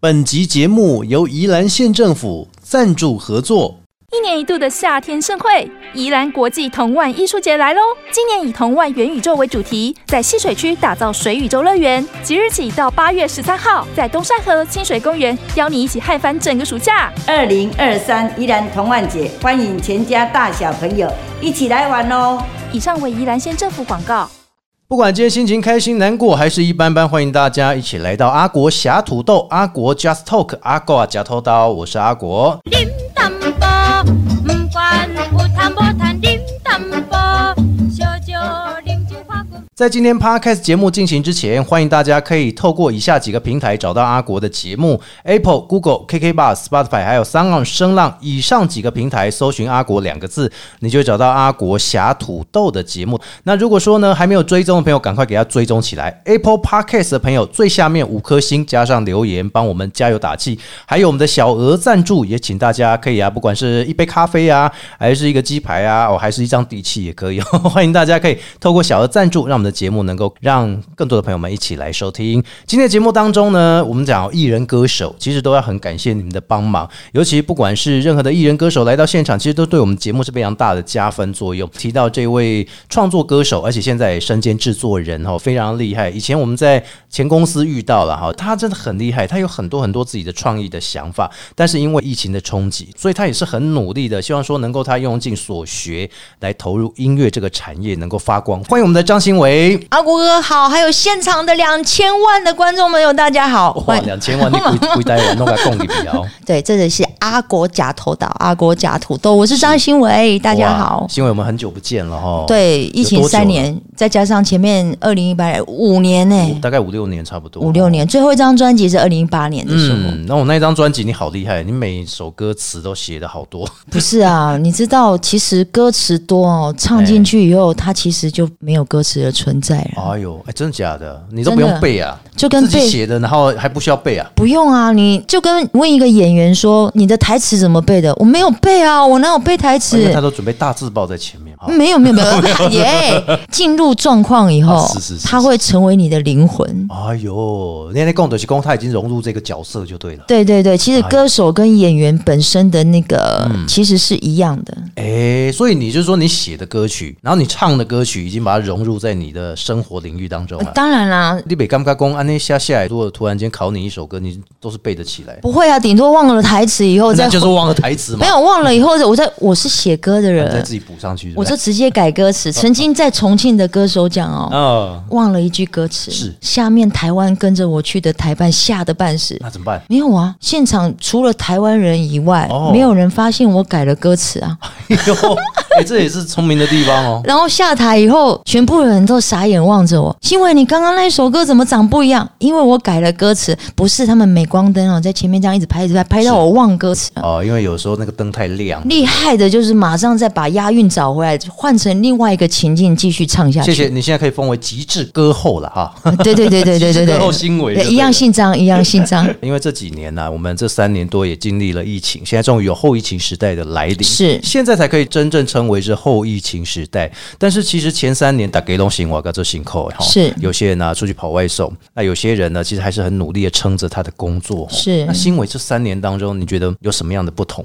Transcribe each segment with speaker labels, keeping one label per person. Speaker 1: 本集节目由宜兰县政府赞助合作。
Speaker 2: 一年一度的夏天盛会——宜兰国际童玩艺术节来喽！今年以童玩元宇宙为主题，在戏水区打造水宇宙乐园。即日起到八月十三号，在东山河清水公园，邀你一起嗨翻整个暑假。
Speaker 3: 二零二三宜兰童万节，欢迎全家大小朋友一起来玩哦！
Speaker 2: 以上为宜兰县政府广告。
Speaker 1: 不管今天心情开心、难过还是一般般，欢迎大家一起来到阿国侠土豆、阿国 Just Talk、阿国啊夹头刀，我是阿国。
Speaker 4: điểm tâm bò Mùm quan u tham bò than điểm tâm bò Cho cho điểm chữ hoa cùng
Speaker 1: 在今天 Podcast 节目进行之前，欢迎大家可以透过以下几个平台找到阿国的节目：Apple、Google、KK Bar、Spotify，还有 s o n 声浪。以上几个平台搜寻“阿国”两个字，你就会找到阿国侠土豆的节目。那如果说呢还没有追踪的朋友，赶快给他追踪起来。Apple Podcast 的朋友最下面五颗星加上留言，帮我们加油打气。还有我们的小额赞助，也请大家可以啊，不管是一杯咖啡啊，还是一个鸡排啊，哦，还是一张地契也可以、 哦。欢迎大家可以透过小额赞助，让我们的节目能够让更多的朋友们一起来收听。今天的节目当中呢，我们讲艺人歌手，其实都要很感谢你们的帮忙，尤其不管是任何的艺人歌手来到现场，其实都对我们节目是非常大的加分作用。提到这位创作歌手，而且现在也身兼制作人哦，非常厉害。以前我们在前公司遇到了哈，他真的很厉害，他有很多很多自己的创意的想法，但是因为疫情的冲击，所以他也是很努力的，希望说能够他用尽所学来投入音乐这个产业，能够发光。欢迎我们的张新维。
Speaker 5: 阿国哥好，还有现场的两千万的观众朋友，大家好。
Speaker 1: 哇，两千万你鬼鬼呆我弄个供你聊。
Speaker 5: 对，这里是阿国假头岛，阿国假土豆，我是张新维， 大家好
Speaker 1: 哇。新维我们很久不见了哈。
Speaker 5: 对，疫情
Speaker 1: 有多久了
Speaker 5: 三年，再加上前面二零一八年五年呢、
Speaker 1: 大概五六年差不多。
Speaker 5: 五六。年，最后一张专辑是二零一八年的时候。
Speaker 1: 嗯，那我那一张专辑你好厉害，你每首歌词都写的好 多。
Speaker 5: 不是啊，你知道，其实歌词多哦，唱进去以后，它其实就没有歌词的存在了。
Speaker 1: 哎呦， 哎，真的假的？你都
Speaker 5: 真
Speaker 1: 不
Speaker 5: 的
Speaker 1: 用背啊，
Speaker 5: 就跟
Speaker 1: 自己
Speaker 5: 背
Speaker 1: 写的，然后还不需要背啊。
Speaker 5: 不用啊，你就跟问一个演员说，你的台词怎么背的？我没有背啊，我哪有背台词？
Speaker 1: 因为他都准备大字报在前面。好
Speaker 5: 没有没有没 有 耶！进入状况以后
Speaker 1: 啊是是是，
Speaker 5: 它会成为你的灵魂。
Speaker 1: 哎呦，那天共德西公他已经融入这个角色就对了。
Speaker 5: 对对对，其实
Speaker 1: 哎嗯
Speaker 5: 歌手跟演员本身的那个其实是一样的，
Speaker 1: 哎，所以你就说你写的歌曲，然后你唱的歌曲，已经把它融入在你的生活领域当中了。
Speaker 5: 当然啦，
Speaker 1: 你北干不干工安那下下来，如果突然间考你一首歌，你都是背得起来，
Speaker 5: 不会啊，顶多忘了台词以后
Speaker 1: 那
Speaker 5: 再
Speaker 1: 就是忘了台词嘛
Speaker 5: 没，有忘了以后，我再我是写歌的
Speaker 1: 你再
Speaker 5: 人
Speaker 1: 啊自，己补上去。
Speaker 5: 我
Speaker 1: 这
Speaker 5: 就直接改歌词。曾经在重庆的歌手讲哦，
Speaker 1: 啊，
Speaker 5: 忘了一句歌词，
Speaker 1: 是
Speaker 5: 下面台湾跟着我去的台办吓得半死。
Speaker 1: 那怎么办？
Speaker 5: 没有啊，现场除了台湾人以外，
Speaker 1: 哦
Speaker 5: 没有人发现我改了歌词啊。
Speaker 1: 哎呦， 哎，这也是聪明的地方哦。
Speaker 5: 然后下台以后，全部人都傻眼望着我，因为你刚刚那首歌怎么长不一样？因为我改了歌词，不是他们镁光灯哦，在前面这样一直拍，一直拍，拍到我忘歌词了。
Speaker 1: 哦，因为有时候那个灯太亮。
Speaker 5: 厉害的就是马上再把押韵找回来，换成另外一个情境继续唱下
Speaker 1: 谢
Speaker 5: 去。
Speaker 1: 谢，你现在可以封为极致歌后了哈。
Speaker 5: 对对对对对对
Speaker 1: 极致歌
Speaker 5: 对
Speaker 1: 后新闻
Speaker 5: 对，一样姓张，一样姓张。
Speaker 1: 因为这几年呢、我们这三年多也经历了疫情，现在终于有后疫情时代的来临，
Speaker 5: 是
Speaker 1: 现在才可以真正称为是后疫情时代。但是其实前三年打给龙行，我跟这辛苦哈，
Speaker 5: 是
Speaker 1: 有些人呢、出去跑外送，那有些人呢其实还是很努力的撑着他的工作。
Speaker 5: 是
Speaker 1: 那新伟这三年当中，你觉得有什么样的不同？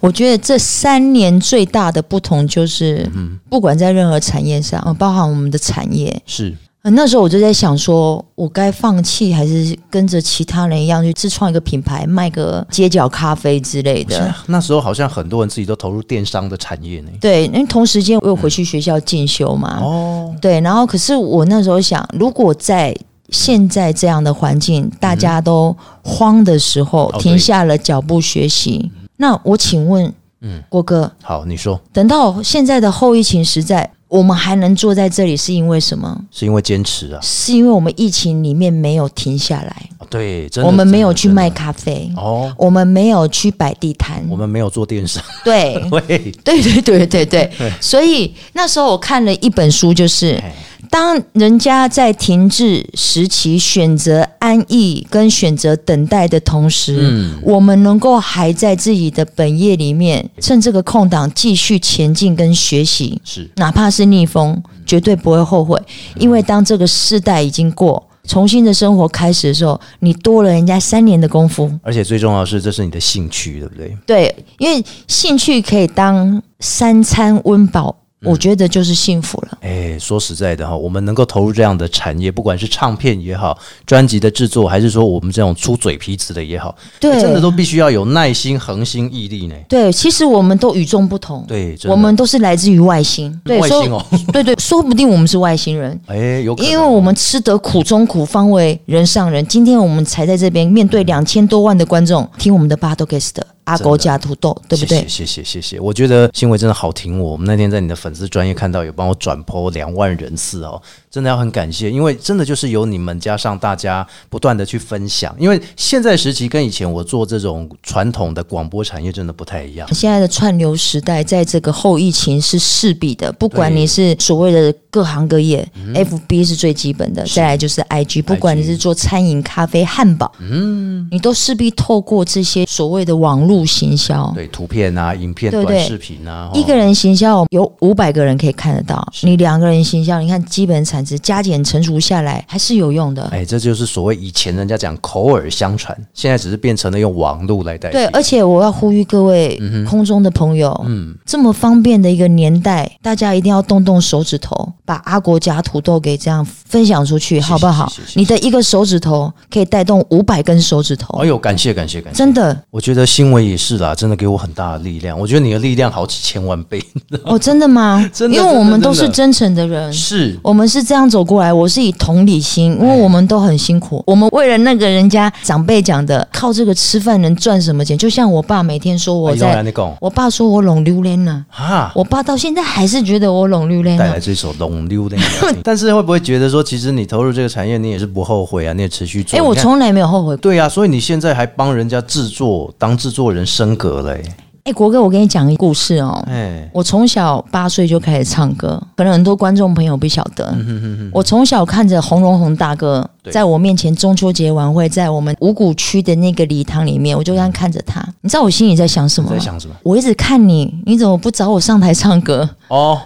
Speaker 5: 我觉得这三年最大的不同就是，不管在任何产业上，呃包含我们的产业，
Speaker 1: 是
Speaker 5: 呃那时候我就在想说，我该放弃还是跟着其他人一样去自创一个品牌，卖个街角咖啡之类的。
Speaker 1: 那时候好像很多人自己都投入电商的产业呢。
Speaker 5: 对，因为同时间我有回去学校进修嘛。
Speaker 1: 哦，
Speaker 5: 对，然后可是我那时候想，如果在现在这样的环境，大家都慌的时候，
Speaker 1: 嗯哦
Speaker 5: 停下了脚步学习，那我请问，
Speaker 1: 嗯
Speaker 5: 郭哥，
Speaker 1: 好，你说
Speaker 5: 等到现在的后疫情时代，我们还能坐在这里，是因为什么？
Speaker 1: 是因为坚持啊？
Speaker 5: 是因为我们疫情里面没有停下来，
Speaker 1: 哦对，真的
Speaker 5: 我们没有去卖
Speaker 1: 卡
Speaker 5: 咖啡，
Speaker 1: 哦，
Speaker 5: 我们没有去摆地摊
Speaker 1: 我，们没有做电商，，
Speaker 5: 对
Speaker 1: 对，
Speaker 5: 对对对对对。所以那时候我看了一本书，就是
Speaker 1: 哎
Speaker 5: 当人家在停滞时期选择安逸跟选择等待的同时，
Speaker 1: 嗯
Speaker 5: 我们能够还在自己的本业里面，趁这个空档继续前进跟学习。
Speaker 1: 是
Speaker 5: 哪怕是逆风，绝对不会后悔，因为当这个世代已经过，重新的生活开始的时候，你多了人家三年的功夫。
Speaker 1: 而且最重要的是，这是你的兴趣，对不对？
Speaker 5: 对，因为兴趣可以当三餐温饱，我觉得就是幸福了。
Speaker 1: 哎，说实在的哈，我们能够投入这样的产业，不管是唱片也好，专辑的制作，还是说我们这种出嘴皮子的也好，哎
Speaker 5: 对，
Speaker 1: 真的都必须要有耐心、恒心、毅力呢。
Speaker 5: 对，其实我们都与众不同。
Speaker 1: 对真的
Speaker 5: 我们都是来自于外星。对，
Speaker 1: 外
Speaker 5: 说
Speaker 1: 星哦
Speaker 5: 对对，说不定我们是外星人，
Speaker 1: 哎，有可能哦，
Speaker 5: 因为我们吃得苦中苦，方为人上人。今天我们才在这边面对两千多万的观众，听我们的巴豆 guest 阿狗加土豆，对不对？
Speaker 1: 谢谢谢谢谢谢，我觉得新伟真的好挺我。我们那天在你的粉丝专业看到有帮我转播两万人次哦，真的要很感谢，因为真的就是有你们加上大家不断的去分享，因为现在时期跟以前我做这种传统的广播产业真的不太一样。
Speaker 5: 现在的串流时代，在这个后疫情是势必的，不管
Speaker 1: 对嗯
Speaker 5: 你是所谓的各行各业、f b 是最基本的，再来就是 IG，不管你是做餐饮、咖啡、汉堡，嗯，你都势必透过这些所谓的网络行销。
Speaker 1: 对，图片啊、影片、
Speaker 5: 对对
Speaker 1: 短视频啊，
Speaker 5: 一个
Speaker 1: 哦
Speaker 5: 人行销有五百个人可以看得到，你两个人行销，你看基本产值加减乘除下来还是有用的。
Speaker 1: 哎，这就是所谓以前人家讲口耳相传，现在只是变成了用网络来代替。
Speaker 5: 对，而且我要呼吁各位
Speaker 1: 嗯
Speaker 5: 空中的朋友，这么方便的一个年代，大家一定要动动手指头，把阿国家土豆给这样分享出去，好不好
Speaker 1: 是是是？
Speaker 5: 你的一个手指头可以带动五百根手指头
Speaker 1: 哎，呦，感谢感谢感谢！
Speaker 5: 真的，
Speaker 1: 我觉得新闻也是啦，真的给我很大的力量。我觉得你的力量好几千万倍，
Speaker 5: 哦，真的吗？
Speaker 1: 真的
Speaker 5: 因为我们都
Speaker 1: 真
Speaker 5: 是
Speaker 1: 的
Speaker 5: 真诚的人。
Speaker 1: 是
Speaker 5: 我们是这样走过来，我是以同理
Speaker 1: 哎
Speaker 5: 心，因为我们都很辛苦，我们为了那个人家长辈讲的，靠这个吃饭能赚什么钱？就像我爸每天说我
Speaker 1: 哎当
Speaker 5: 在
Speaker 1: 然，你讲
Speaker 5: 我爸说我拢榴莲呢、
Speaker 1: 啊，
Speaker 5: 我爸到现在还是觉得我拢榴莲
Speaker 1: 带来
Speaker 5: 呢。
Speaker 1: 这首《龙溜的鸟听》 但是会不会觉得说，其实你投入这个产业，你也是不后悔啊，你也持续做？
Speaker 5: 哎、我
Speaker 1: 你看
Speaker 5: 从来没有后悔过。
Speaker 1: 对啊，所以你现在还帮人家制作，当制作人升格嘞、
Speaker 5: 哎、国哥，我跟你讲一个故事哦。
Speaker 1: 哎、
Speaker 5: 我从小八岁就开始唱歌，可能很多观众朋友不晓得。
Speaker 1: 嗯
Speaker 5: 我从小看着洪荣宏大哥
Speaker 1: 对
Speaker 5: 在我面前中秋节晚会，在我们五股区的那个礼堂里面，我就这样看着他。你知道我心里在想什么
Speaker 1: 你
Speaker 5: 吗
Speaker 1: 嗯在？想什么？
Speaker 5: 我一直看你，你怎么不找我上台唱歌？
Speaker 1: 哦，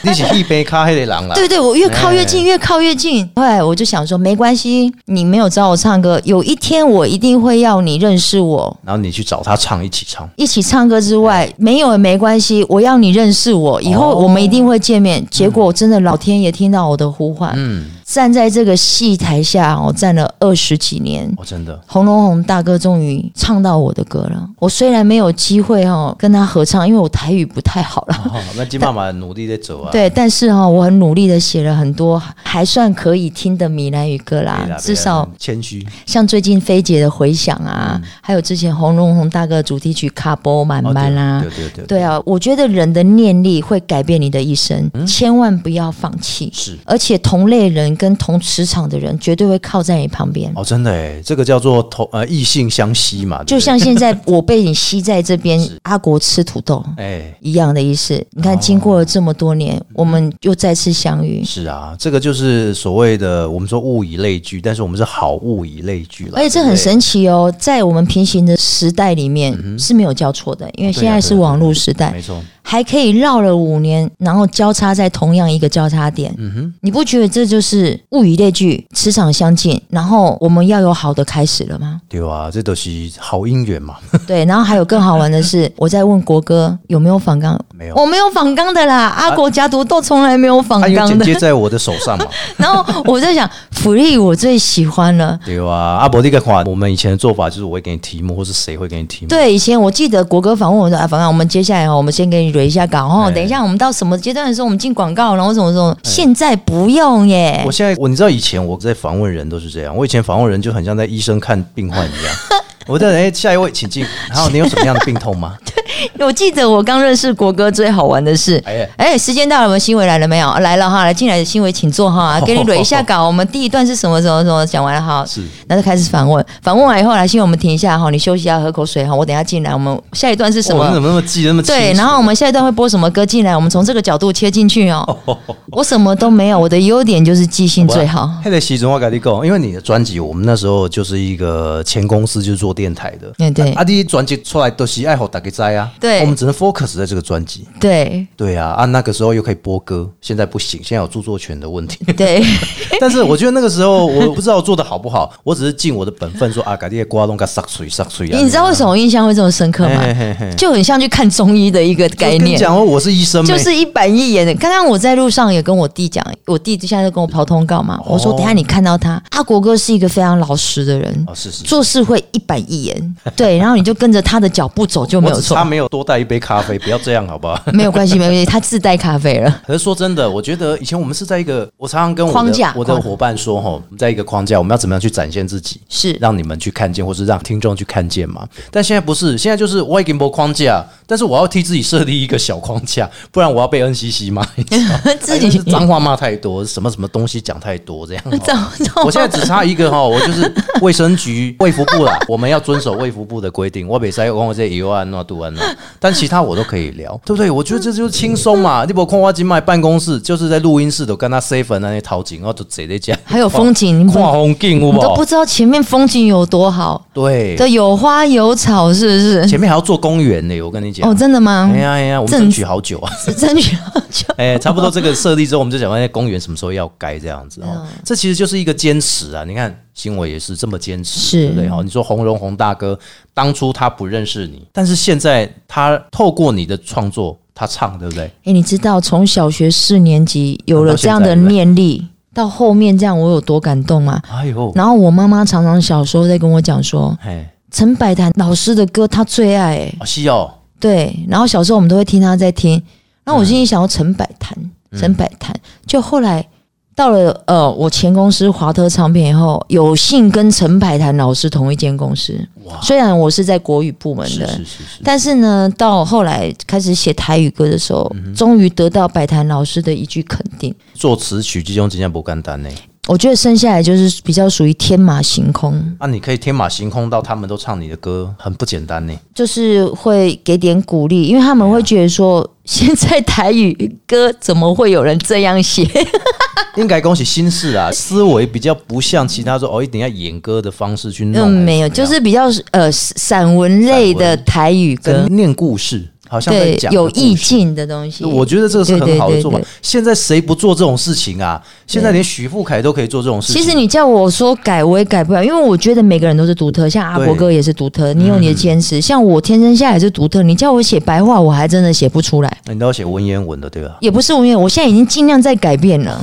Speaker 1: 你是一杯咖啡的狼啦。
Speaker 5: 对对，我越靠越
Speaker 1: 哎
Speaker 5: 近，越靠越近。后来我就想说，没关系，你没有找我唱歌，有一天我一定会要你认识我。
Speaker 1: 然后你去找他唱，一起唱。
Speaker 5: 一起唱歌之外，没有也没关系，我要你认识我，以后
Speaker 1: 哦
Speaker 5: 我们一定会见面。结果真的，老天爷听到我的呼唤，
Speaker 1: 嗯，
Speaker 5: 站在这个戏台下，我站了二十几年。
Speaker 1: 我、哦真的
Speaker 5: 红龙红大哥终于唱到我的歌了。我虽然没有机会哦跟他合唱，因为我台语不太好了，
Speaker 1: 哦，那金妈妈努力在走啊。
Speaker 5: 对，但是哈、哦，我很努力的写了很多还算可以听的闽南语歌
Speaker 1: 对啦，
Speaker 5: 啦
Speaker 1: 对啦，
Speaker 5: 至少
Speaker 1: 谦虚。
Speaker 5: 像最近菲姐的回响啊，还有之前红龙红大哥的主题曲《卡波满啊
Speaker 1: 哦
Speaker 5: 满》啦，
Speaker 1: 对对对对，
Speaker 5: 对啊，我觉得人的念力会改变你的一生，
Speaker 1: 嗯
Speaker 5: 千万不要放弃。
Speaker 1: 是
Speaker 5: 而且同类人跟同磁场的人绝对会靠在你旁边。
Speaker 1: 哦，真的哎，这个叫做同呃异性相吸嘛，对不对
Speaker 5: 就像现在我被你吸在这边
Speaker 1: 是，
Speaker 5: 阿国吃土豆
Speaker 1: 哎。
Speaker 5: 一样的意思。你
Speaker 1: 哦
Speaker 5: 看，经过了这么多年，我们又再次相遇。
Speaker 1: 是啊，这个就是所谓的我们说物以类聚，但是我们是好物以类聚了。
Speaker 5: 而哎且这很神奇哦，在我们平行的时代里面
Speaker 1: 嗯
Speaker 5: 是没有交错的，因为现在是网络
Speaker 1: 对
Speaker 5: 时
Speaker 1: 不对，
Speaker 5: 代
Speaker 1: 没，错，？
Speaker 5: 还可以绕了五年，然后交叉在同样一个交叉点，你不觉得这就是物以类聚，磁场相近，然后我们要有好的开始了吗
Speaker 1: 对啊，这都是好姻缘嘛。
Speaker 5: 对，然后还有更好玩的是，我在问国哥有没有仿钢，
Speaker 1: 没有
Speaker 5: 我没有仿钢的啦，阿国家族都从来没有仿
Speaker 1: 它因为
Speaker 5: 钢
Speaker 1: 剪
Speaker 5: 的
Speaker 1: 接。在我的手上嘛，
Speaker 5: 然后我在想，福利我最喜欢了。
Speaker 1: 对啊。阿伯这个款，我们以前的做法就是我会给你题目，或是谁会给你题目。
Speaker 5: 对，以前我记得国歌访问我说啊，反正我们接下来哦，我们先给你捋一下稿哦
Speaker 1: 哎，
Speaker 5: 等一下我们到什么阶段的时候，我们进广告，然后什么什么，现在不用耶
Speaker 1: 我。现在我你知道以前我在访问人都是这样，我以前访问人就很像在医生看病 患一样。我在哎，下一位请进。然后你有什么样的病痛 吗？
Speaker 5: 我记得我刚认识国歌最好玩的是，
Speaker 1: 哎呀
Speaker 5: 哎、时间到了，我们新伟来了没有？来了哈，来进来，新伟请坐哈， 给你捋一下稿。我们第一段是什么什么什么，讲完了哈，
Speaker 1: 哦是
Speaker 5: 那就开始反问，反问完以后，来新伟我们停一下哈，你休息一下，喝口水哈，我等一下进来，我们下一段是什
Speaker 1: 哇你
Speaker 5: 么
Speaker 1: 哦怎？么那么记得那么清楚？
Speaker 5: 对，然后我们下一段会播什么歌进来？我们从这个角度切进去哦。我什么都没有，我的优点就是记性最好。
Speaker 1: 黑的时钟我跟你讲，因为你的专辑，我们那时候就是一个前公司就是做电台的，
Speaker 5: 嗯对
Speaker 1: 啊，你专辑出来都是爱好大家知啊，啊，
Speaker 5: 对
Speaker 1: 我们只能 focus 在这个专辑。
Speaker 5: 对
Speaker 1: 对啊，啊，那个时候又可以播歌，现在不行，现在有著作权的问题。
Speaker 5: 对
Speaker 1: 但是我觉得那个时候我不知道我做的好不好，我只是尽我的本分说啊，改天瓜弄个撒水撒水啊。
Speaker 5: 你知道为什么我印象会这么深刻吗
Speaker 1: 嘿嘿嘿？
Speaker 5: 就很像去看中医的一个
Speaker 1: 就跟
Speaker 5: 概
Speaker 1: 你
Speaker 5: 念。
Speaker 1: 讲哦，我是医生，
Speaker 5: 就是一板一眼的。刚刚我在路上也跟我弟讲，我弟现在在跟我跑通告嘛。
Speaker 1: 哦
Speaker 5: 我说等一下你看到他，阿国哥是一个非常老实的人，
Speaker 1: 哦，是是，
Speaker 5: 做事会一板一眼。对，然后你就跟着他的脚步走就没
Speaker 1: 我
Speaker 5: 有
Speaker 1: 只
Speaker 5: 错
Speaker 1: 差，没有多带一杯咖啡，不要这样好不好？
Speaker 5: 没有关系，没有关系。他自带咖 啡了，
Speaker 1: 可是说真的，我觉得以前我们是在一个，我常常跟我
Speaker 5: 框
Speaker 1: 的
Speaker 5: 架
Speaker 1: 我的
Speaker 5: 框
Speaker 1: 伙伴说，吼，我们在一个框架，我们要怎么样去展现自己，
Speaker 5: 是
Speaker 1: 让你们去看见，或是让听众去看见嘛。但现在不是，现在就是我已经没框架，但是我要替自己设立一个小框架， 不然我要被 NCC 骂，你知道吗
Speaker 5: 自己
Speaker 1: 哎就是脏话骂太多，什么什么东西讲太多 这样。哦
Speaker 5: 这样这样
Speaker 1: 我现在只差一个哈，我就是卫生局卫福部啦，我们要遵守卫福部的规定，我北塞往我这一万诺度安诺，但其他我都可以聊，对不对？我觉得这就是轻松嘛。你不看我今麦办公室，就是在录音室都跟他 C 粉那些淘金，然后就坐在家，
Speaker 5: 还有风景，你
Speaker 1: 看
Speaker 5: 不
Speaker 1: 风景有
Speaker 5: 你都不
Speaker 1: 无？
Speaker 5: 知道前面风景有多好，
Speaker 1: 对，
Speaker 5: 对，有花有草，是不是？
Speaker 1: 前面还要做公园呢，我跟你讲。
Speaker 5: 哦，真的吗
Speaker 1: 哎？呀哎呀，我们
Speaker 5: 正
Speaker 1: 争取好久啊。
Speaker 5: 争取 好久。
Speaker 1: 哎、差不多这个设立之后，我们就讲那公园什么时候要盖这样子哦。
Speaker 5: 嗯
Speaker 1: 这其实就是一个坚持啊！你看新伟也是这么坚持，
Speaker 5: 是
Speaker 1: 对不对？哦，你说洪荣洪大哥，当初他不认识你，但是现在他透过你的创作，他唱，对不对？
Speaker 5: 哎、你知道从小学四年级有了这样的念力，到后面这样我有多感动吗？
Speaker 1: 哎呦，
Speaker 5: 然后我妈妈常常小时候在跟我讲说，
Speaker 1: 哎，
Speaker 5: 陈百潭老师的歌她最爱、欸，
Speaker 1: 哦，是哦，
Speaker 5: 对。然后小时候我们都会听她在听，然后我心里想要陈百潭，
Speaker 1: 嗯
Speaker 5: 陈百潭。就后来到了呃我前公司华特唱片以后，有幸跟陈百潭老师同一间公司，
Speaker 1: 哇，
Speaker 5: 虽然我是在国语部门
Speaker 1: 是
Speaker 5: 的，
Speaker 1: 是是是，
Speaker 5: 但是呢，到后来开始写台语歌的时候，终于得到百坛老师的一句肯定。
Speaker 1: 作词曲这种真正不简单呢。
Speaker 5: 我觉得剩下来就是比较属于天马行空，
Speaker 1: 啊，你可以天马行空到他们都唱你的歌，很不简单呢。
Speaker 5: 就是会给点鼓励，因为他们会觉得说，现在台语歌怎么会有人这样 写？
Speaker 1: 应该恭喜新事 啊，思维比较不像其他说哦，一定要演歌的方式去弄。啊
Speaker 5: 嗯，没
Speaker 1: 还
Speaker 5: 有，
Speaker 1: 怎么
Speaker 5: 就
Speaker 1: 样
Speaker 5: 是比较呃散文类的台语
Speaker 1: 在
Speaker 5: 歌，
Speaker 1: 念故事，好像在
Speaker 5: 对，
Speaker 1: 讲
Speaker 5: 有
Speaker 1: 故事
Speaker 5: 意。境的东西。
Speaker 1: 我觉得这个是很好的做法
Speaker 5: 对对对对。
Speaker 1: 现在谁不做这种事情啊？现在连许富凯都可以做这种事情。
Speaker 5: 其实你叫我说改，我也改不了，因为我觉得每个人都是独特，像阿伯哥也是独特，你有你的坚持，像我天生下来是独特，你叫我写白话，我还真的写不出来，
Speaker 1: 你都要写文言文的，对吧？
Speaker 5: 也不是我愿，我现在已经尽量在改变了，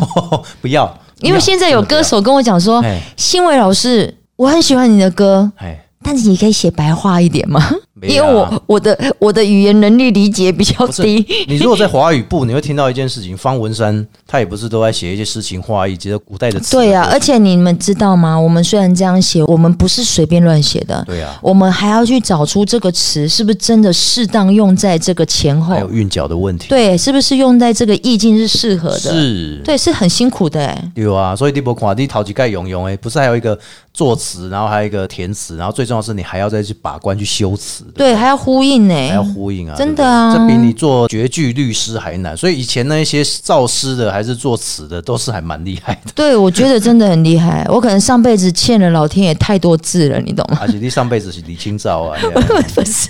Speaker 1: 不要，不要
Speaker 5: 因为现在有歌，手跟我讲说
Speaker 1: 真的不，要哎
Speaker 5: 新伟老师，我很喜欢你的歌，
Speaker 1: 哎，
Speaker 5: 但是你可以写白话一点吗？
Speaker 1: 没
Speaker 5: 因为
Speaker 1: 啊
Speaker 5: 我我的我的语言能力理解比较
Speaker 1: 不是
Speaker 5: 低，
Speaker 1: 你如果在华语部，你会听到一件事情，方文山他也不是都在写一些诗情画意，觉得古代的词。
Speaker 5: 对啊，而且你们知道吗？我们虽然这样写，我们不是随便乱写的，
Speaker 1: 对啊，
Speaker 5: 我们还要去找出这个词是不是真的适当用在这个前后
Speaker 1: 还，有韵脚的问题。
Speaker 5: 对，是不是用在这个意境是适合的？，
Speaker 1: 是，
Speaker 5: 对，是很辛苦的、欸。
Speaker 1: 有啊，所以你不看你头几盖用用哎，不是还有一个作词，然后还有一个填词，然后最重要的是你还要再去把关去修词，对不对
Speaker 5: 对，还要呼应呢、欸
Speaker 1: 还要呼应啊，
Speaker 5: 真
Speaker 1: 对
Speaker 5: 的
Speaker 1: 不对
Speaker 5: 啊
Speaker 1: 这比你做绝句律师还难。所以以前那一些造诗的还是作词的，都是还蛮厉害 的。
Speaker 5: 对，我觉得真的很厉害。我可能上辈子欠了老天爷太多字了，你懂吗？
Speaker 1: 而且你上辈子是李清照啊，对啊
Speaker 5: 不是，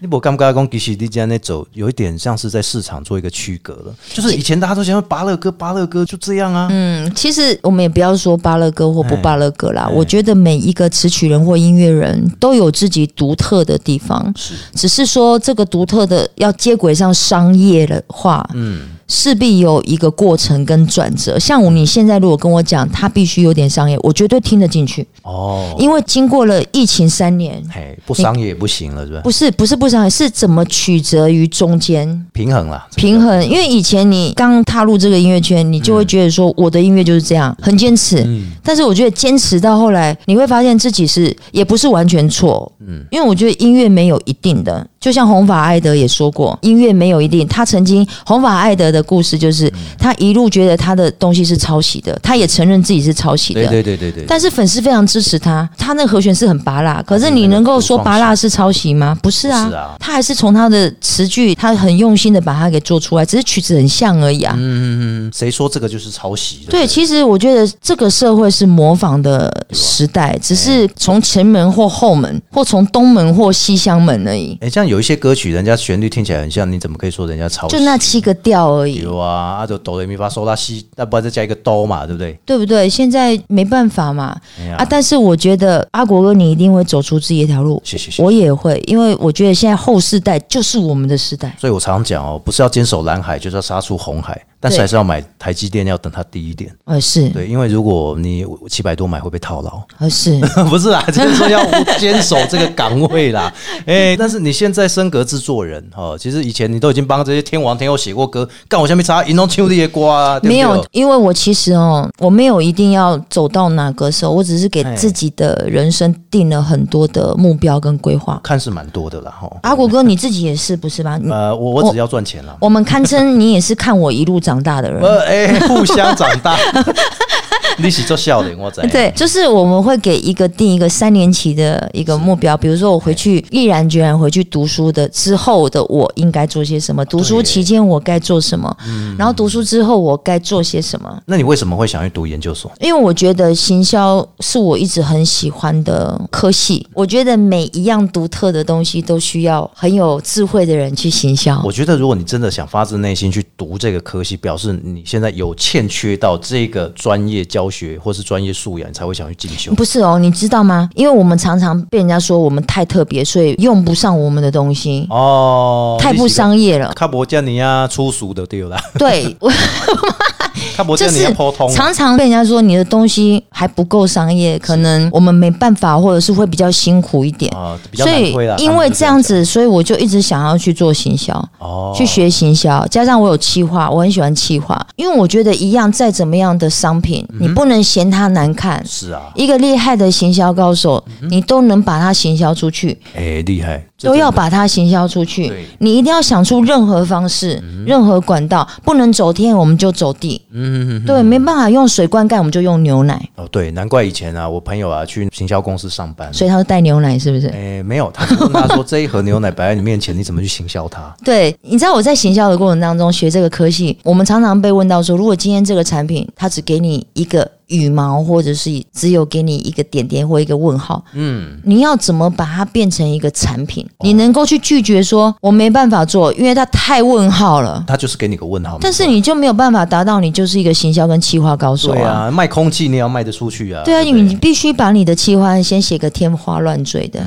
Speaker 1: 你不尴尬讲，其实你这样在走，有一点像是在市场做一个区隔了。就是以前大家都想要芭乐歌，芭乐歌就这样啊，
Speaker 5: 嗯，其实我们也不要说巴乐歌或不
Speaker 1: 哎
Speaker 5: 巴乐歌啦。我觉得每一个词曲人或音乐人都有自己独特的地方，
Speaker 1: 是
Speaker 5: 只是说这个独特的要接轨上商业的话，
Speaker 1: 嗯，
Speaker 5: 势必有一个过程跟转折。像我你现在如果跟我讲，它必须有点商业，我绝对听得进去，
Speaker 1: 哦，
Speaker 5: 因为经过了疫情三年，
Speaker 1: 嘿，不商业也不行了，是吧？
Speaker 5: 不是不是不商业，是怎么曲折于中间。
Speaker 1: 平衡啊啦，这个
Speaker 5: 平衡，因为以前你刚踏入这个音乐圈，你
Speaker 1: 嗯
Speaker 5: 就会觉得说我的音乐就是这样，很坚持。但是我觉得坚持到后来，你会发现自己是也不是完全错，嗯，因为我觉得音乐没有一定的，就像红发艾德也说过，音乐没有一定。他曾经红发艾德的故事就是，
Speaker 1: 嗯
Speaker 5: 他一路觉得他的东西是抄袭的，他也承认自己是抄袭的，
Speaker 1: 对对对对对。
Speaker 5: 但是粉丝非常支持他，他那个和弦是很拔辣，可是你能够说拔辣是抄袭吗？不是啊，
Speaker 1: 不是啊
Speaker 5: 他还是从他的词句，他很用心的把它给做出来，只是曲子很像而已啊。
Speaker 1: 嗯，谁说这个就是抄袭？
Speaker 5: 对，其实我觉得这个社会是模仿的时代，只是从前门或后门，或从东门或西厢门而已。
Speaker 1: 哎，这样有一些歌曲，人家旋律听起来很像，你怎么可以说人家抄袭？
Speaker 5: 就那七个调而已，
Speaker 1: 有啊，啊就哆来咪发嗦拉西，那不然再加一个哆嘛，对不对？
Speaker 5: 对不对？现在没办法嘛，
Speaker 1: 哎呀
Speaker 5: 啊！但是我觉得阿国哥，你一定会走出自己一条路。
Speaker 1: 谢谢谢谢
Speaker 5: 我也会，因为我觉得现在后世代就是我们的时代。
Speaker 1: 所以我常常讲哦，不是要坚守蓝海，就是要杀出红海，但是
Speaker 5: 对
Speaker 1: 还是要买台积电，要等它低一点。
Speaker 5: 呃，是，
Speaker 1: 对，因为如果你七百多买会被套牢，
Speaker 5: 呃，是，
Speaker 1: 不是啦， 就是说要坚守这个岗位啦。 哎、但是你现在升格制作人哦，其实以前你都已经帮这些天王天后写过歌，干我下面插银龙秋的些瓜啊，对不对
Speaker 5: 没有，因为我其实哦，我没有一定要走到哪个时候，我只是给
Speaker 1: 哎
Speaker 5: 自己的人生定了很多的目标跟规划。
Speaker 1: 看是蛮多的啦哈。
Speaker 5: 阿啊国哥，你自己也是不是吧？你
Speaker 1: 呃，我我只要赚钱啦。
Speaker 5: 我们堪称你也是看我一路长大的人。
Speaker 1: 呃，哎、互相长大， 你是做笑脸，我在。
Speaker 5: 对，就是我们会给一个定一个三年期的一个目标，比如说我回去毅然决然回去读书的之后的我应该做些什么，读书
Speaker 1: 对嗯
Speaker 5: 期间我该做什么，然后读书之后我该做些什么。
Speaker 1: 那你为什么会想去读研究所？
Speaker 5: 因为我觉得行销是我一直很喜欢的科系，我觉得每一样独特的东西都需要很有智慧的人去行销
Speaker 1: 我。觉得，如果你真的想发自内心去读这个科系，表示你现在有欠缺到这个专业教学或是专业素养，你才会想去进修。
Speaker 5: 不是哦，你知道吗？因为我们常常被人家说我们太特别，所以用不上我们的东西，
Speaker 1: 哦，
Speaker 5: 太不商 业了。
Speaker 1: 卡博叫你啊，粗俗的对 啦，
Speaker 5: 对，我
Speaker 1: 卡博叫
Speaker 5: 就
Speaker 1: 你要
Speaker 5: 是
Speaker 1: 普通啊。
Speaker 5: 常常被人家说你的东西还不够商业，可能我们没办法，或者是会比较辛苦一点。
Speaker 1: 啊，比较
Speaker 5: 所
Speaker 1: 难
Speaker 5: 以
Speaker 1: 推啦。
Speaker 5: 因为这样子，所以我就一直想要去做行销。
Speaker 1: 哦，
Speaker 5: 去学行销，加上我有企划，我很喜欢企划，因为我觉得一样再怎么样的商品，你不能嫌它难看。
Speaker 1: 嗯是嗯啊，
Speaker 5: 一个厉害的行销高手，你都能把它行销出去，
Speaker 1: 哎，厉害，这
Speaker 5: 都要
Speaker 1: 真的
Speaker 5: 把它行销出去
Speaker 1: 对。
Speaker 5: 你一定要想出任何方式、任何管道，不能走天，我们就走地。
Speaker 1: 嗯嗯嗯
Speaker 5: 对，没办法用水灌溉，我们就用牛奶，
Speaker 1: 哦，对，难怪以前啊，我朋友啊去行销公司上班，
Speaker 5: 所以他就带牛奶，是不是？
Speaker 1: 哎，没有，他就问他说 这一盒牛奶摆在你面前，你怎么去行销它？
Speaker 5: 对，你知道我在行销的过程当中学这个科系，我们常常被问到说，如果今天这个产品它只给你一个羽毛，或者是只有给你一个点点或一个问号，嗯，你要怎么把它变成一个产品？
Speaker 1: 哦
Speaker 5: 你能够去拒绝说我没办法做，因为它太问号了。
Speaker 1: 他就是给你个问号嘛。
Speaker 5: 但是你就没有办法达到，你就是一个行销跟企划高手
Speaker 1: 对
Speaker 5: 啊。
Speaker 1: 啊，卖空气你也要卖得出去啊。
Speaker 5: 对啊，
Speaker 1: 不
Speaker 5: 你必须把你的企划先写个天花乱坠
Speaker 1: 嗯
Speaker 5: 的，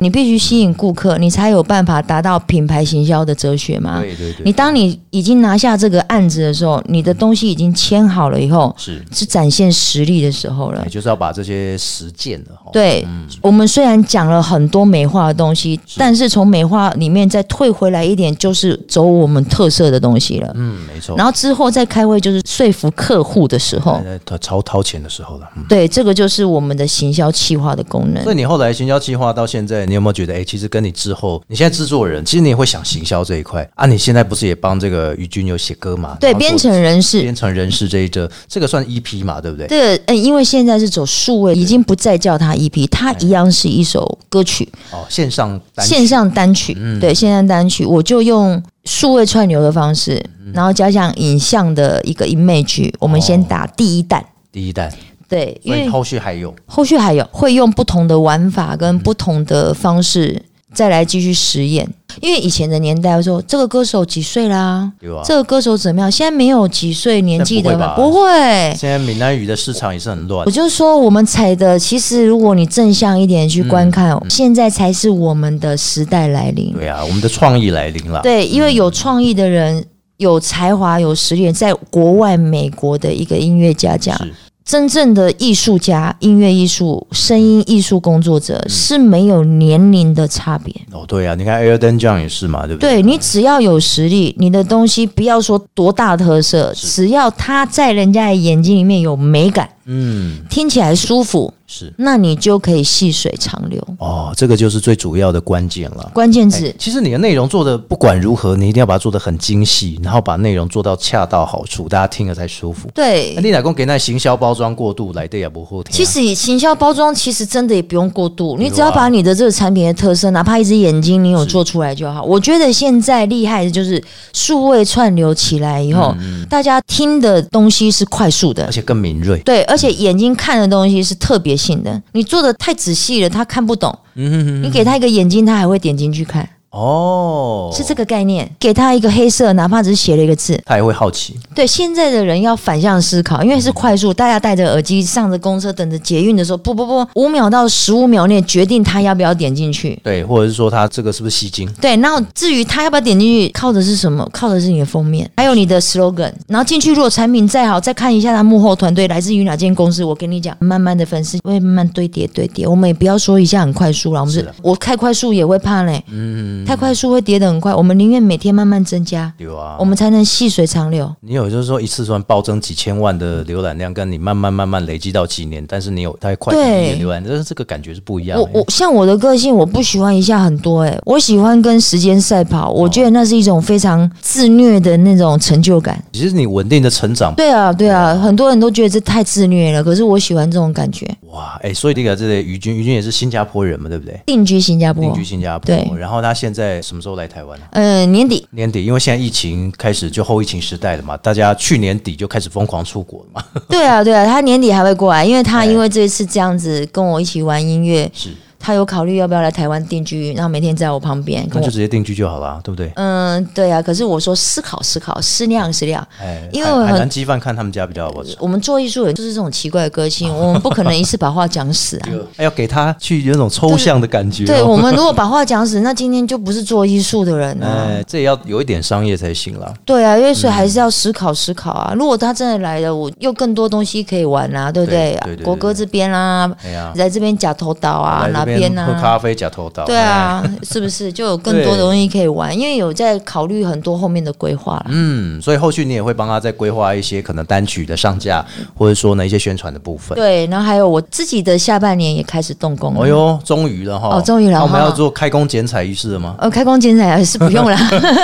Speaker 5: 你必须吸引顾客，你才有办法达到品牌行销的哲学嘛。
Speaker 1: 对对对，
Speaker 5: 你当你已经拿下这个案子的时候，你的东西已经签好了以后，
Speaker 1: 是，
Speaker 5: 是展现实力的时候了
Speaker 1: 也。就是要把这些实践了。哦，
Speaker 5: 对、我们虽然讲了很多美化的东西，但是从美化里面再退回来一点，就是走我们特色的东西了。
Speaker 1: 嗯，没错。
Speaker 5: 然后之后再开会，就是说服客户的时候，
Speaker 1: 在在呃掏掏钱的时候了，嗯。
Speaker 5: 对，这个就是我们的行销企划的功能
Speaker 1: 所。以你后来行销计划到现在，你有没有觉得，哎、其实跟你之后，你现在制作人，其实你也会想行销这一块啊？你现在不是也帮这个于军有写歌嘛？
Speaker 5: 对，
Speaker 1: 然后做
Speaker 5: 编程人士
Speaker 1: 编，程人士这一折，这个算 EP 嘛，对不对？
Speaker 5: 这个嗯，因为现在是走数位，已经不再叫它 EP，它一样是一首歌曲。
Speaker 1: 哦，线上哎单曲嗯
Speaker 5: 线上单曲，对线上单曲，我就用数位串流的方式，
Speaker 1: 嗯
Speaker 5: 然后加上影像的一个 image，我们先打第一弹。
Speaker 1: 第一弹，
Speaker 5: 对，因
Speaker 1: 哦所以
Speaker 5: 为
Speaker 1: 后续还有
Speaker 5: 后续还有会用不同的玩法跟不同的方式再来继续实验。因为以前的年代我说这个歌手几岁啦，
Speaker 1: 对吧？
Speaker 5: 这个歌手怎么样，现在没有几岁年纪的
Speaker 1: 啊现在
Speaker 5: 吧？
Speaker 1: 不
Speaker 5: 不会，
Speaker 1: 现在闽南语的市场也是很乱
Speaker 5: 我，就说我们踩的，其实如果你正向一点去观看，现在才是我们的时代来临。
Speaker 1: 嗯对啊啊，我们的创意来临了。
Speaker 5: 对，因为有创意的人、有才华、有实力，在国外美国的一个音乐家讲，
Speaker 1: 是
Speaker 5: 真正的艺术家、音乐艺术、声音艺术工作者、
Speaker 1: 嗯
Speaker 5: 是没有年龄的差别。
Speaker 1: 哦，对啊，你看 Airden 这样也是嘛，对不对？
Speaker 5: 对你只要有实力，你的东西不要说多大特色，只要它在人家的眼睛里面有美感，
Speaker 1: 嗯，
Speaker 5: 听起来舒服，
Speaker 1: 是
Speaker 5: 那你就可以细水长流。
Speaker 1: 哦，这个就是最主要的关键了。
Speaker 5: 关键字
Speaker 1: 哎其实你的内容做的不管如何，你一定要把它做的很精细，然后把内容做到恰到好处，大家听了才舒服。
Speaker 5: 对
Speaker 1: 那，你老公给那行销包装过度来的也不好听啊。
Speaker 5: 其实行销包装其实真的也不用过度，你只要把你的这个产品的特色，哪怕一只眼睛你有做出来就好。我觉得现在厉害的就是数位串流起来以后，大家听的东西是快速的
Speaker 1: 而。且更敏锐，
Speaker 5: 对，而且眼睛看的东西是特别性的，你做的太仔细了，他看不懂。你给他一个眼睛，他还会点进去看。
Speaker 1: 哦，
Speaker 5: 是这个概念。给他一个黑色，哪怕只是写了一个字。
Speaker 1: 他也会好奇，
Speaker 5: 对，现在的人要反向思考，因为是快速，大家戴着耳机上着公车，等着捷运的时候，不不不，五秒到十五秒内决定他要不要点进去。
Speaker 1: 对，或者是说他这个是不是吸睛？
Speaker 5: 对，然后至于他要不要点进去，靠的是什么？靠的是你的封面，还有你的 slogan。然后进去，如果产品再好，再看一下他幕后团队来自于哪间公司。我跟你讲，慢慢的粉丝会慢慢堆叠堆叠。我们也不要说一下很快速了，我们是，
Speaker 1: 是啊
Speaker 5: 我太快速也会怕嘞，嗯，太快速会跌得很快。我们宁愿每天慢慢增加，
Speaker 1: 有啊，
Speaker 5: 我们才能细水长流。
Speaker 1: 你有就是说一次算暴增几千万的浏览量，跟你慢慢慢慢累积到几年，但是你有大概快一年浏览，但是这个感觉是不一样的。
Speaker 5: 我我像我的个性，我不喜欢一下很多、欸，我喜欢跟时间赛跑。
Speaker 1: 哦
Speaker 5: 我觉得那是一种非常自虐的那种成就感。
Speaker 1: 其实你稳定的成长，
Speaker 5: 对啊，对啊，
Speaker 1: 哦
Speaker 5: 很多人都觉得这太自虐了，可是我喜欢这种感觉。
Speaker 1: 哇，哎、所以这个这个于军，于军也是新加坡人嘛，对不对？
Speaker 5: 定居新加坡
Speaker 1: 定，居新加坡，
Speaker 5: 对
Speaker 1: 然后他现在什么时候来台湾啊？
Speaker 5: 嗯、年底
Speaker 1: 年底，因为现在疫情开始就后疫情时代了嘛，大家去年底就开始疯狂出国了嘛。
Speaker 5: 对啊，对啊，他年底还会过来，因为他
Speaker 1: 对
Speaker 5: 因为这一次这样子跟我一起玩音乐，
Speaker 1: 是，
Speaker 5: 他有考虑要不要来台湾定居，然后每天在我旁边
Speaker 1: 那
Speaker 5: 跟
Speaker 1: 就
Speaker 5: 我。
Speaker 1: 直接定居就好啦，对不对？
Speaker 5: 嗯，对啊，可是我说思考思考，思量思量。
Speaker 1: 哎、
Speaker 5: 因为
Speaker 1: 海
Speaker 5: 我很
Speaker 1: 海南鸡饭看他们家比较好吃。
Speaker 5: 我们做艺术人就是这种奇怪的个性，我们不可能一次把话讲死啊。
Speaker 1: 哎要给他去有那种抽象的感觉、哦
Speaker 5: 对我们如果把话讲死，那今天就不是做艺术的人 啊。
Speaker 1: 哎，这也要有一点商业才行啦。
Speaker 5: 对啊，因为所以还是要思考思考啊。如果他真的来了，我又更多东西可以玩啊，对不
Speaker 1: 对
Speaker 5: 对
Speaker 1: 对对？对
Speaker 5: 国歌这边啦，
Speaker 1: 哎呀，
Speaker 5: 来这边假头岛啊，哪
Speaker 1: 来这
Speaker 5: 边
Speaker 1: 喝咖
Speaker 5: 啊？
Speaker 1: 啡假头刀。哎
Speaker 5: 对啊，是不是就有更多的东西可以玩？因为有在考虑很多后面的规划啦。
Speaker 1: 嗯，所以后续你也会帮他再规划一些可能单曲的上架，或者说呢一些宣传的部分。
Speaker 5: 嗯对，然后还有我自己的下半年也开始动工了。
Speaker 1: 哦哟，终于了哈！
Speaker 5: 哦终于了
Speaker 1: 那我们
Speaker 5: 哈
Speaker 1: 要做开工剪彩仪式了
Speaker 5: ？
Speaker 1: 吗
Speaker 5: 呃，开工剪彩是不用啦。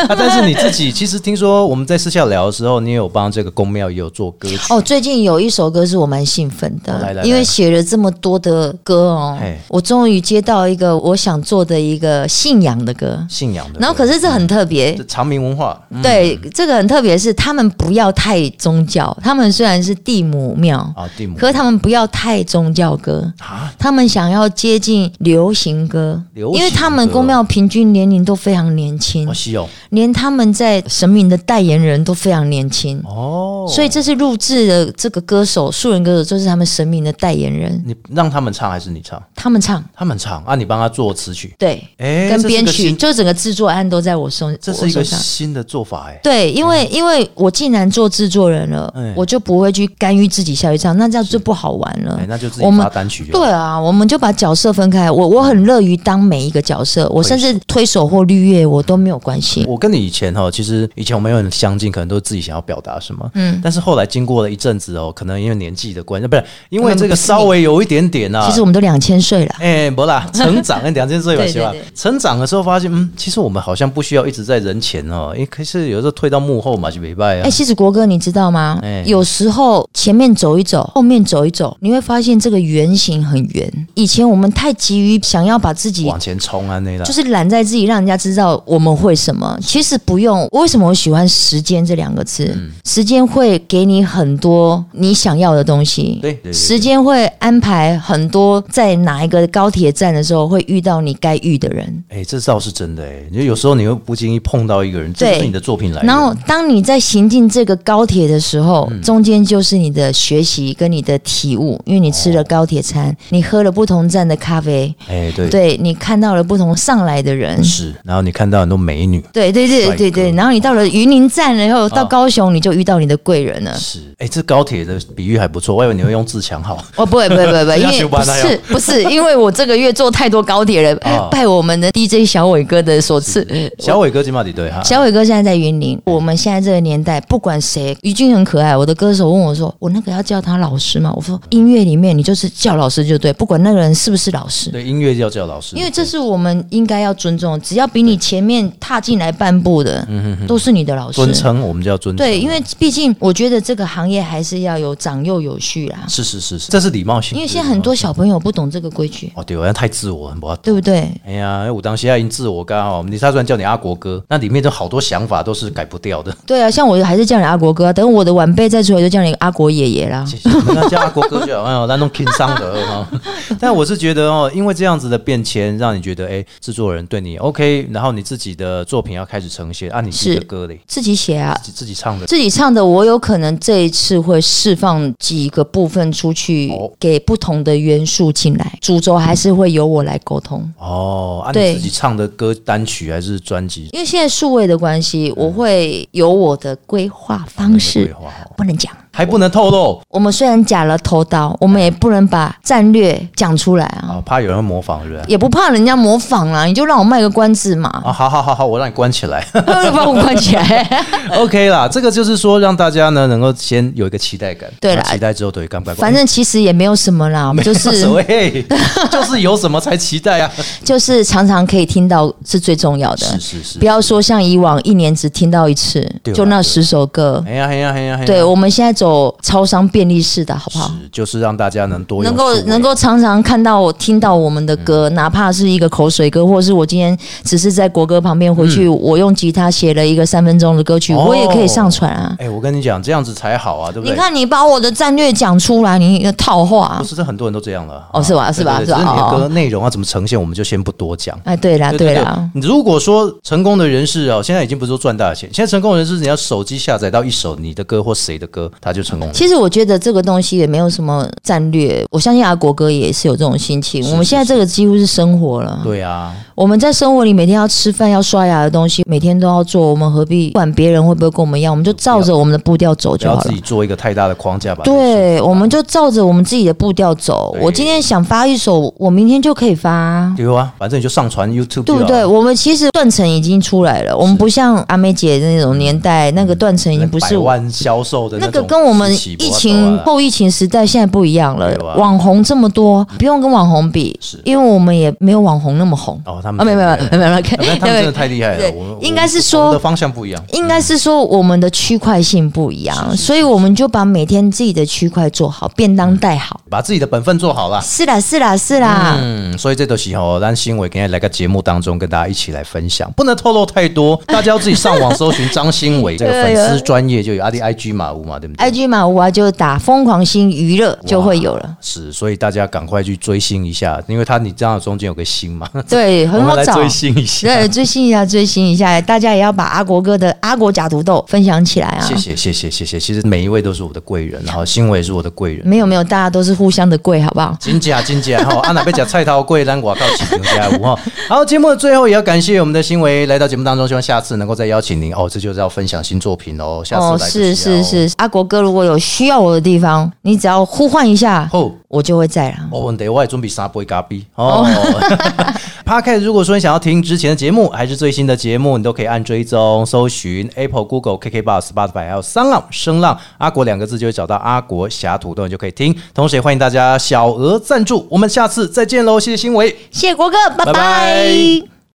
Speaker 1: 啊，但是你自己其实听说我们在私下聊的时候，你也有帮这个公庙也有做歌 曲。
Speaker 5: 哦，最近有一首歌是我蛮兴奋的，
Speaker 1: 哦来来
Speaker 5: 因
Speaker 1: 来
Speaker 5: 为写了这么多的歌哦
Speaker 1: 嘿，
Speaker 5: 我终于接到一个我想做的一个信仰的歌。
Speaker 1: 信仰的歌。
Speaker 5: 然后可是这很特别
Speaker 1: 这，长明文化，嗯
Speaker 5: 对，这个很特别是他们不要太宗教，他们虽然是地母庙，
Speaker 1: 啊，地母
Speaker 5: 可是他们不要太宗教歌，
Speaker 1: 啊，
Speaker 5: 他们想要接近流行歌，
Speaker 1: 流行歌
Speaker 5: 因为他们公庙平均年龄都非常年轻
Speaker 1: 我，西哦，
Speaker 5: 连他们在神明的代言人都非常年轻。
Speaker 1: 哦，
Speaker 5: 所以这次录制的这个歌手，素人歌手就是他们神明的代言人，
Speaker 1: 你让他们唱还是你唱？
Speaker 5: 他们唱，
Speaker 1: 他们唱啊，你帮他做词曲，
Speaker 5: 对，
Speaker 1: 哎，
Speaker 5: 跟
Speaker 1: 这是
Speaker 5: 编
Speaker 1: 个
Speaker 5: 曲，
Speaker 1: 新
Speaker 5: 就整个制作案都在我手，
Speaker 1: 这是
Speaker 5: 我
Speaker 1: 一个
Speaker 5: 手上。
Speaker 1: 新的做法哎。
Speaker 5: 对，因为、因为我既然做制作人了，
Speaker 1: 哎
Speaker 5: 我就不会去干预自己下去唱，那这样就不好玩了。
Speaker 1: 哎，那就自己
Speaker 5: 我们
Speaker 1: 发单曲就好
Speaker 5: 对啊，我们就把角色分开。我我很乐于当每一个角色，我甚至推手或绿叶我都没有关系。
Speaker 1: 我跟你以前哈，其实以前我们有很相近，可能都是自己想要表达什么，嗯
Speaker 5: 嗯，
Speaker 1: 但是后来经过了一阵子哦，可能因为年纪的关系，不是因为
Speaker 5: 根本
Speaker 1: 这个
Speaker 5: 不是
Speaker 1: 稍微有一点点啊，
Speaker 5: 其实我们都两千岁了，
Speaker 1: 哎，不 啦，成长哎，两件事有
Speaker 5: 对
Speaker 1: 希望
Speaker 5: 对对。
Speaker 1: 成长的时候发现，嗯，其实我们好像不需要一直在人前哦，哎，可是有时候退到幕后嘛，就没办
Speaker 5: 哎、
Speaker 1: 啊。
Speaker 5: 西子国哥，你知道吗？
Speaker 1: 哎
Speaker 5: 有时候前面走一走，后面走一走，你会发现这个圆形很圆。以前我们太急于想要把自己
Speaker 1: 往前冲啊，那啦
Speaker 5: 就，是揽在自己，让人家知道我们会什么。其实不用，为什么我喜欢“时间”这两个字？
Speaker 1: 嗯
Speaker 5: 时间会给你很多你想要的东西。
Speaker 1: 对对对
Speaker 5: 时间会安排很多，在哪一个高铁站的时候会遇到你该遇的人。
Speaker 1: 哎，这倒是真的哎，因为有时候你会不经意碰到一个人，这
Speaker 5: 对
Speaker 1: 就是你的嗯作品来源。
Speaker 5: 然后，当你在行进这个高铁的时候，中间就是你的学习跟你的体悟，因为你吃了高铁餐，你喝了不同站的咖啡，
Speaker 1: 哎，哦对，
Speaker 5: 对你看到了不同上来的人，
Speaker 1: 是，然后你看到很多美女，
Speaker 5: 对对
Speaker 1: 帅
Speaker 5: 对对对，
Speaker 1: 哥哦
Speaker 5: 然后你到了云林站了以后，到高雄你就遇到你的贵人了。
Speaker 1: 是，哎，这高铁的比喻还不错，我以为你会用自强号。
Speaker 5: 哦，不会不会不会，不会，
Speaker 1: 这
Speaker 5: 因
Speaker 1: 样
Speaker 5: 为
Speaker 1: 行吧
Speaker 5: 不
Speaker 1: 那样
Speaker 5: 是不是，因为我这个月坐太多高铁
Speaker 1: 哎哦
Speaker 5: 了，哎拜我们的 DJ 小伟哥的所赐。
Speaker 1: 小伟哥金马里对哈，
Speaker 5: 小伟哥现在在云林，
Speaker 1: 嗯
Speaker 5: 我们现在这个年代，不管谁，于俊很可爱。我的歌手问我说：“我那个要叫他老师吗？”我说：“音乐里面你就是叫老师就对，不管那个人是不是老师。”
Speaker 1: 对音乐要叫老师，
Speaker 5: 因为这是我们应该要尊重，只要比你前面踏进来半步的，
Speaker 1: 嗯
Speaker 5: 都是你的老师。
Speaker 1: 尊称，我们叫尊称。
Speaker 5: 对，因为毕竟我觉得这个行业还是要有长幼有序啦。
Speaker 1: 是是是是，这是礼貌性。
Speaker 5: 因为现在很多小朋友不懂这个规矩，
Speaker 1: 哦，对好像太自我，很不好。
Speaker 5: 对不对？
Speaker 1: 哎呀，武当西亚因自我刚好，你他虽然叫你阿国哥，那里面的好多想法都是改不掉 的。
Speaker 5: 对啊，像我还是叫你阿国哥啊，等我的晚辈再出来就叫你阿国爷爷啦。
Speaker 1: 谢谢，那叫阿国哥就好，哎呦，那弄 king 商的哈。 但我是觉得哦，因为这样子的变迁，让你觉得哎，制作人对你 OK，然后你自己的作品要开始呈现，啊按、你自己的
Speaker 5: 是
Speaker 1: 歌嘞，
Speaker 5: 自己写啊，
Speaker 1: 自己自己唱的。
Speaker 5: 自己唱的，我有可能这一次会释放几个部分出去
Speaker 1: 哦，
Speaker 5: 给不同的元素进来，主轴还是会由我来沟通。
Speaker 1: 哦，按、
Speaker 5: 对
Speaker 1: 你自己唱的歌单曲还是专辑
Speaker 5: 因为现在数位的关系，我会有我的规划方
Speaker 1: 那个
Speaker 5: 式
Speaker 1: 规，划哦好
Speaker 5: 不能讲。
Speaker 1: 还不能透露
Speaker 5: 我们虽然假了头刀，我们也不能把战略讲出来啊，
Speaker 1: 啊、怕有人模仿人。
Speaker 5: 也不怕人家模仿啦，你就让我卖个关子
Speaker 1: 啊，
Speaker 5: 嘛，
Speaker 1: 好好好好，我让你关起来。
Speaker 5: 把我关起来。
Speaker 1: OK 啦，这个就是说让大家呢能够先有一个期待感，啊
Speaker 5: 对啦
Speaker 1: 然后期待之后对，干不干？
Speaker 5: 反正其实也没有什么啦，我们就
Speaker 1: 无
Speaker 5: 是
Speaker 1: 所 谓，就是有什么才期待啊。
Speaker 5: 就是常常可以听到是最重要的
Speaker 1: 是。是是
Speaker 5: 不，要说像以往一年只听到一次
Speaker 1: 对，啦
Speaker 5: 就那十首歌。
Speaker 1: 哎呀哎呀哎呀，哎呀
Speaker 5: 对，我们现在走超商便利式的好不好？
Speaker 1: 是就是让大家能多用
Speaker 5: 能够
Speaker 1: 数位
Speaker 5: 能够常常看到我听到我们的歌，
Speaker 1: 嗯
Speaker 5: 哪怕是一个口水歌，或是我今天只是在国歌旁边回去，我用吉他写了一个三分钟的歌曲，
Speaker 1: 嗯哦
Speaker 5: 我也可以上传啊。
Speaker 1: 哎，我跟你讲，这样子才好啊，对不对？
Speaker 5: 你看，你把我的战略讲出来，你的套话啊
Speaker 1: 不。是，这很多人都这样了。
Speaker 5: 哦
Speaker 1: 啊
Speaker 5: 是吧是吧
Speaker 1: 对对
Speaker 5: 是
Speaker 1: 只是
Speaker 5: 吧
Speaker 1: 你的
Speaker 5: 哦
Speaker 1: 歌内容要啊怎么呈现，我们就先不多讲。
Speaker 5: 哎，对啦，对啦，
Speaker 1: 对，如果说成功的人士哦，现在已经不是说赚大钱，现在成功的人士，你要手机下载到一首你的歌或谁的歌，他就成功了。
Speaker 5: 其实我觉得这个东西也没有什么战略，我相信阿国哥也是有这种心情。我们现在这个几乎是生活了，
Speaker 1: 对啊，
Speaker 5: 我们在生活里每天要吃饭、要刷牙的东西，每天都要做，我们何必管别人会不会跟我们一样？我们就照着我们的步调走
Speaker 1: 不
Speaker 5: 就
Speaker 1: 要
Speaker 5: 好
Speaker 1: 自
Speaker 5: 了
Speaker 1: 己。做一个太大的框架吧。
Speaker 5: 对，我们就照着我们自己的步调走。
Speaker 1: 对
Speaker 5: 我今天想发一首，我明天就可以发啊、
Speaker 1: 对啊，反正你就上传 YouTube，
Speaker 5: 对不
Speaker 1: 就
Speaker 5: 对？
Speaker 1: 好了？
Speaker 5: 我们其实断层已经出来了，我们不像阿妹姐那种年代，那个断层已经不
Speaker 1: 百
Speaker 5: 是
Speaker 1: 万销售的
Speaker 5: 那
Speaker 1: 种
Speaker 5: 个跟我们
Speaker 1: 时期
Speaker 5: 疫情后疫情时代现在不一样了
Speaker 1: 对吧，
Speaker 5: 网红这么多，不用跟网红比
Speaker 1: 是，
Speaker 5: 因为我们也没有网红那么红。
Speaker 1: 哦，他
Speaker 5: 啊，
Speaker 1: 们
Speaker 5: 没有没有
Speaker 1: 真的
Speaker 5: 没有没有，看
Speaker 1: 啊那他们真的太厉害了。
Speaker 5: 对
Speaker 1: 我们
Speaker 5: 应该是
Speaker 1: 我
Speaker 5: 说
Speaker 1: 我们的方向不一样。
Speaker 5: 应该是说我们的区块性不一样，所以我们就把每天自己的区块做好，便当带好。
Speaker 1: 把自己的本分做好啦。
Speaker 5: 是啦，是啦，是啦。
Speaker 1: 嗯，所以这都是吼，让新伟今天来个节目当中跟大家一起来分享，不能透露太多，大家要自己上网搜寻张新伟 这个粉丝专业就有阿弟 IG 马无嘛，对不对
Speaker 5: IG 马无啊，就打“疯狂星娱乐”就会有了。
Speaker 1: 是，所以大家赶快去追星一下，因为他你这样中间有个星嘛，
Speaker 5: 对，
Speaker 1: 嗯 我
Speaker 5: 很
Speaker 1: 们
Speaker 5: 好
Speaker 1: 来
Speaker 5: 找
Speaker 1: 追。星一下。
Speaker 5: 对，追星一下，追星一下，大家也要把阿国哥的《阿国假毒豆》分享起来啊
Speaker 1: 谢！谢谢谢谢谢，其实每一位都是我的贵人，然后新伟也是我的贵人。啊
Speaker 5: 没有没有，大家都是互相的贵，好不好？
Speaker 1: 真假真假哈，阿哪贝讲菜头贵，咱我靠起牛家五哈。 好，节目的最后也要感谢我们的新维来到节目当中，希望下次能够再邀请您哦，这就是要分享新作品哦，下次来、
Speaker 5: 哦，是是，是，阿国哥如果有需要我的地方，你只要呼唤一下，
Speaker 1: 好。
Speaker 5: 我就会在啦。
Speaker 1: 哦，问题我也准备三杯咖啡哦。Podcast，如果说你想要听之前的节目还是最新的节目，你都可以按追踪、搜寻 Apple、Google、KK Bar、Spotify，还有三浪、声浪、阿国两个字，就会找到阿国侠土豆，你就可以听。同时也欢迎大家小额赞助，我们下次再见喽，谢谢新维。
Speaker 5: 谢谢国哥，
Speaker 1: 拜拜
Speaker 5: 拜拜